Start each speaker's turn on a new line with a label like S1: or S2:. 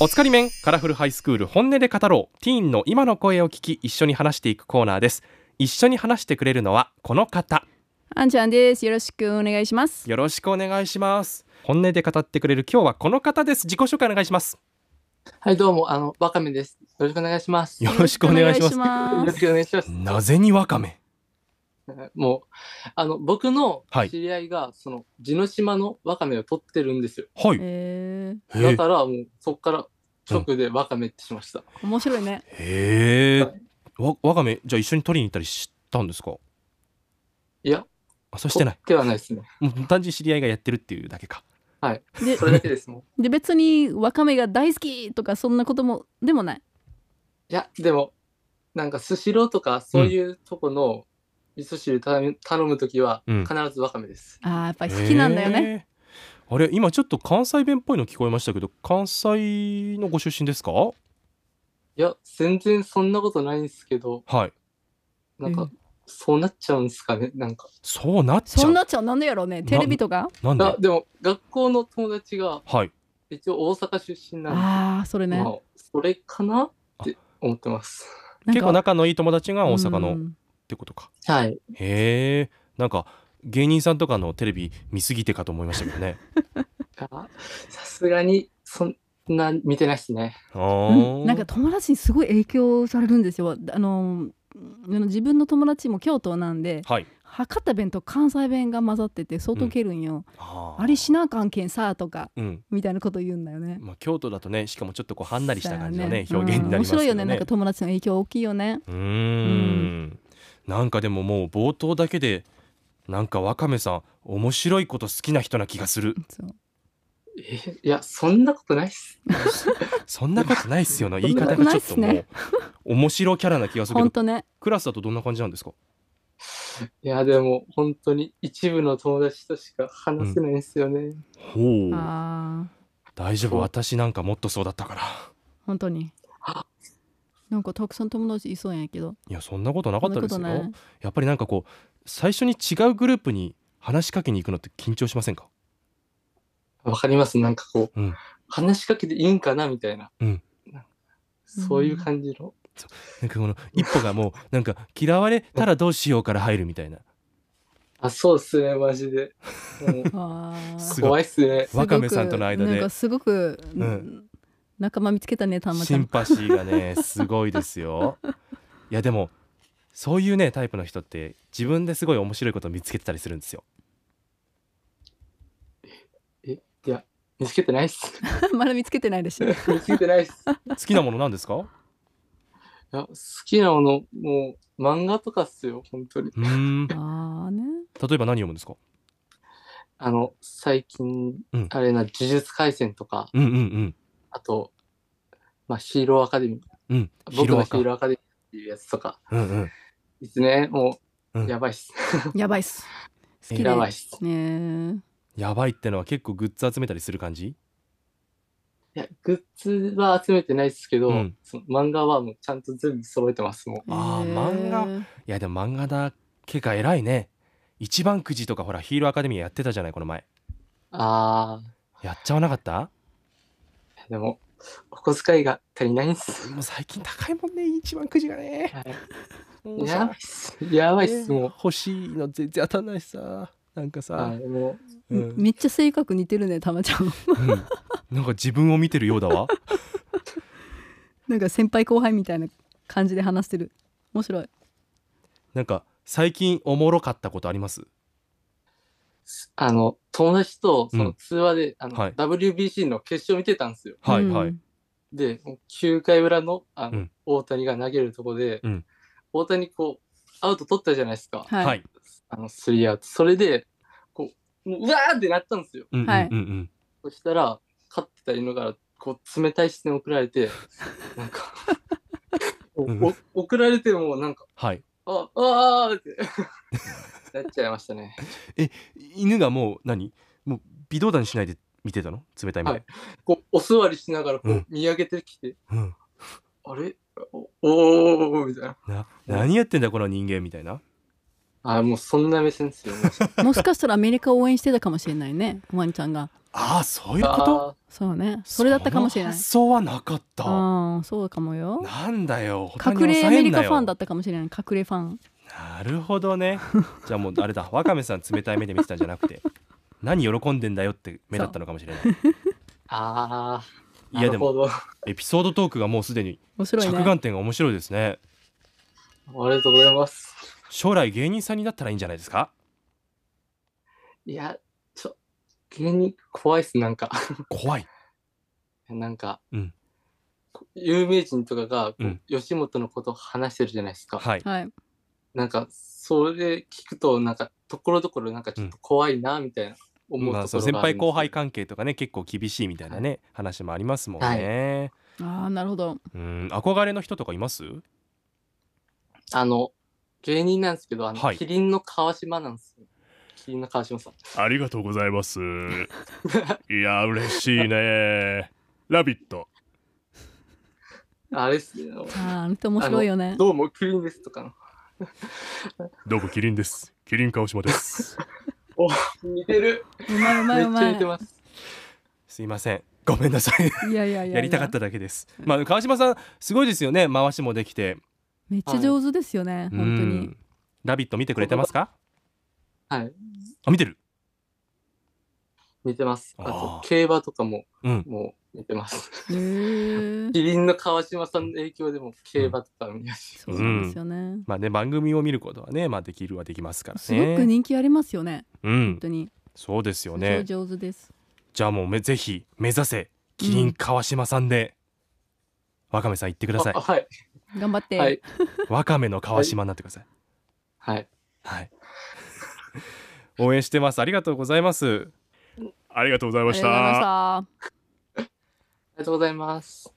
S1: おつかり面カラフルハイスクール本音で語ろうティーンの今の声を聞き一緒に話していくコーナーです一緒に話してくれるのはこの方
S2: あんちゃんです。よろしくお願いします。
S1: よろしくお願いします本音で語ってくれる今日はこの方です自己紹介お願いします
S3: はい、どうも、あの、わかめです。よろしくお願いします。よ
S1: よろしくお願いします
S2: よろくお願いしま
S3: ろ
S2: す
S3: しくお願いします。
S1: なぜにわかめ
S3: もう、あの、僕の
S1: はい
S3: 知り合いが、その、地の島のわかめを取ってるんですよ。
S1: はい
S2: え
S1: へ
S3: だ
S1: え
S3: から、もう、そっから、直でわかめってしました。
S2: ー、面白いね。
S1: へえわわかめじゃあ一緒に取りに行ったりしたんですか
S3: いや、
S1: あそうしてない
S3: 取ってはないですね。
S1: もう単純に知り合いがやってるっていうだけか
S2: で
S3: それだけですもん。い
S2: で別にわかめが大好きとかそんなこともでもない。
S3: や、でも、なんか、スシローとか、そういうとこの、味噌汁頼む頼むときは、
S1: うん
S3: 必ずわかめです。
S2: あーやっぱり好きなんだよね。
S1: ね。あれ今ちょっと関西弁っぽいの聞こえましたけど関西のご出身ですか
S3: いや、全然そんなことないんですけど、
S1: はい
S3: なん
S2: う
S3: か、そうなっちゃうんですかね、なんか。
S1: そうなっちゃ
S2: そ
S1: うんな
S2: なっちゃうなんでやろうね。テレビとか。
S1: んで
S3: あでも、学校の友達が、
S1: はい
S3: 一応大阪出身なんで、
S2: ああーそれね。
S3: まあ、それかなって思ってます。
S2: なん
S1: 結
S2: か
S1: 構仲のいい友達が大阪
S2: う
S1: のっ
S2: ん
S1: てことか
S3: はい。
S1: へえなんか芸人さんとかのテレビ見すぎてかと思いましたけどね
S3: あさすがに、そんな見てないっすね。
S1: あ
S2: うん
S1: ー
S2: なんか友達にすごい影響されるんですよ。あのうん自分の友達も京都なんで
S1: はい
S2: 博多弁と関西弁が混ざってて相当けるんよ、
S1: あー
S2: あれしなあかんけんさとか
S1: うん
S2: みたいなこと言うんだよね
S1: まあ京都だとねしかもちょっとこうはんなりした感じのね
S2: そうや
S1: 表現になります
S2: うん面白
S1: け
S2: い
S1: ど
S2: よねなんか友達の影響大きいよね
S1: うーんなんかでももう冒頭だけでなんかわかめさん面白いこと好きな人な気がす る
S2: そう
S3: えいや、そんなことないっす。
S1: そんなことないっすよな
S2: そ
S1: 言
S2: ん
S1: い
S2: なこ
S1: 方
S2: と
S1: がちょっ
S2: ないっ
S1: とも
S2: すね
S1: う面白キャラな気がするけ
S2: 本
S1: ど
S2: 当ね
S1: クラスだとどんな感じなんですか
S3: いや、でも、本当に一部の友達としか話せないんすよね。
S1: ほ
S2: ああ
S1: 大丈夫
S3: そう
S1: 私なんかもっとそうだったから
S2: 本当になんかたくさん友達いそうやんやけど
S1: いやそんなことなか
S2: そ
S1: った
S2: ん
S1: で
S2: なこ
S1: す
S2: と
S1: よ
S2: ない
S1: やっぱりなんかこう最初に違うグループに話しかけに行くのって緊張しませんか
S3: わ、かりますなんかこう、
S1: うん
S3: 話しかけていいんかなみたいな。
S1: うん
S3: なんかそういう感じの。
S1: なんかこの一歩がもうなんか嫌われたらどうしようから入るみたいな
S3: あ、そうっすね、マジで。もう
S2: あー
S1: すごい
S3: 怖いっすね。
S2: すごく
S1: わかめさんとの間で
S2: なんかすごく、
S1: ん
S2: 仲間見つけたねたんまち
S1: シ
S2: ゃ
S1: ン
S2: ん
S1: パシーがねすごいです よいやでもそういうねタイプの人って自分ですごい面白いことを見つけてたりするんですよ
S3: いや、見つけてないっす。
S2: まだ見つけてないでしょ
S3: 見つけてないっす。
S1: 好きなものなん ですかう
S3: いや好きなもの、もう漫画とかっすよ、本当に。
S1: ーん例
S2: ああね
S1: えば何読むんですか
S3: あの、最近、
S1: うん
S3: あれな、呪術廻戦とか、
S1: うんうんうん
S3: あと、まあ、ヒーローアカデミー、
S1: うん
S3: 僕のヒ
S1: か
S3: ーローアカデミーっていうやつとか、
S1: うんうん
S3: ですね、もう、
S1: うん
S3: やばいっす。
S2: やばいっす好きで
S3: やばいっす。
S2: ねえ
S1: やばいってのは結構グッズ集めたりする感じ
S3: いや、グッズは集めてないっすけど、
S1: うん
S3: その漫画はもうちゃんと全部揃えてます、も
S1: あー
S2: へえ
S1: 漫画いやでも漫画だけが偉いね一番くじとかほらヒーローアカデミーやってたじゃないこの前
S3: う。あ
S1: やっちゃわなかった
S3: ー、でも、お小遣いが足りないんす。
S1: もう最近高いもんね一番くじがね
S3: はい
S1: もうさ
S3: やばいっす。やばいっす、も
S1: 欲しいの全然当たんないしさなんか
S3: う。
S1: さ、
S3: はい、もう、
S1: うん
S2: めめっちゃ性格似てるねたまちゃん
S1: う んなんか自分を見てるようだわ
S2: なんか先輩後輩みたいな感じで話してる面白い
S1: なんか最近おもろかったことあります
S3: あの、友達とそ
S1: うん
S3: の通話で、あの、
S1: はい
S3: WBC の決勝見てたんですよ。
S1: はい
S2: うん
S1: はい、
S3: で、9回裏のあの、
S1: うん
S3: 大谷が投げるとこで、
S1: うん
S3: 大谷こう、アウト取ったじゃないですか。
S2: はい、
S1: はい
S3: あの、スリーアウト。それで、こう、もううわーってなったんですよ。
S1: うんうん
S2: はい
S1: うんうん
S3: そしたら、勝ってた犬から、こう、冷たい視線送ら れて、なんか、おお送られても、なんか、
S1: はい
S3: あ、あーって なっちゃいましたね。
S1: 犬がもう何もう微動だにしないで見てたの冷たい目、
S3: はいこう、お座りしながら、こ
S1: う、
S3: うん見上げてきて、
S1: うん、
S3: あれおおーみたいな。
S1: な何やってんだこの人間みたいな
S3: あもうそんな目線ですよね。
S2: もしかしたらアメリカを応援してたかもしれないねワンちゃんが
S1: ああそういうこと
S3: あ
S2: そうねそれだったかもしれない
S1: その発想はなかった
S2: うんそうかもよ
S1: なんだよ
S2: 隠れアメリカファンだ
S1: っ
S2: ったかもしれない隠れファン
S1: なるほどね じゃあもうあれだワカメさん冷たい目で見てたんじゃなく て何喜んでんだよって目だったのかもしれない
S3: ーあー。
S1: いやでも
S3: なる
S1: エピソードトークがもうすでに
S2: 面白い
S1: 着
S2: ね
S1: 眼点が面白いですね
S3: ほど。ありがとうございます。
S1: 将来芸人さんになったらいいんじゃないですか
S3: いや、ちょ、芸人怖いっす、なんか。
S1: 怖い
S3: なんか、
S1: うん
S3: こ有名人とかがこう、
S1: うん
S3: 吉本のことを話してるじゃないですか。
S1: はい
S2: はい
S3: なんか、それで聞くと、なんか、ところどころ、なんかちょっと怖いな、みたいな思う
S1: まあ、
S3: とこ
S1: そう
S3: ろ
S1: 先
S3: があ
S1: 輩
S3: るんですよ
S1: 後輩関係とかね結構厳しいみたいなね、話もありますもんね、
S2: ああなるほど
S1: うん憧れの人とかいます
S3: あの、芸人なんですけど、あの、
S1: はい
S3: キリンの川島なんですよ。キリンの川島さん。
S1: ありがとうございます。いや、嬉しいね。ラビット。
S3: あれっすね。あの
S2: あーあの人面白いよね
S3: どうも、キリンですとかの。
S1: どうもキリンです。キリン川島です。
S3: 似てる。
S2: うまいうま
S3: め
S2: い
S3: っ
S2: う
S3: ち
S2: ま
S3: ゃ
S2: い
S3: 似てます。
S1: すいません。ごめんなさい。
S2: いやいやいやい
S1: やりたかっただけです。まあ、川島さん、すごいですよね。回しもできて。
S2: めっちゃ上手ですよね、
S1: う
S2: 本当に
S1: ん。ラビット見てくれてますか。
S3: はい。
S1: あ、見てる。
S3: 似てます。あ
S1: あ
S3: と
S1: ー、
S3: 競馬とかも、
S1: うん。
S3: もう、似てます。
S2: へー
S3: キリンの川島さんの影響でも、競馬とか見まし
S2: そうなんですよね。
S1: まあね、番組を見ることはね、まあ、できるはできますからね。
S2: すごく人気ありますよね、
S1: う
S2: 本
S1: ん。
S2: 当に。
S1: そうですよ
S2: 超
S1: ね。
S2: 上手です。
S1: じゃあ、もうめ、ぜひ目指せ。キリン川島さんで。わかめさん、言ってください
S3: あ。はい。
S2: 頑張って。
S3: はい。
S1: わかめの川島になってください。
S3: はい。
S1: はい。応援してます。ありがとうございます。ありがとうござい
S2: ありがとうございました。
S3: ありがとうございます。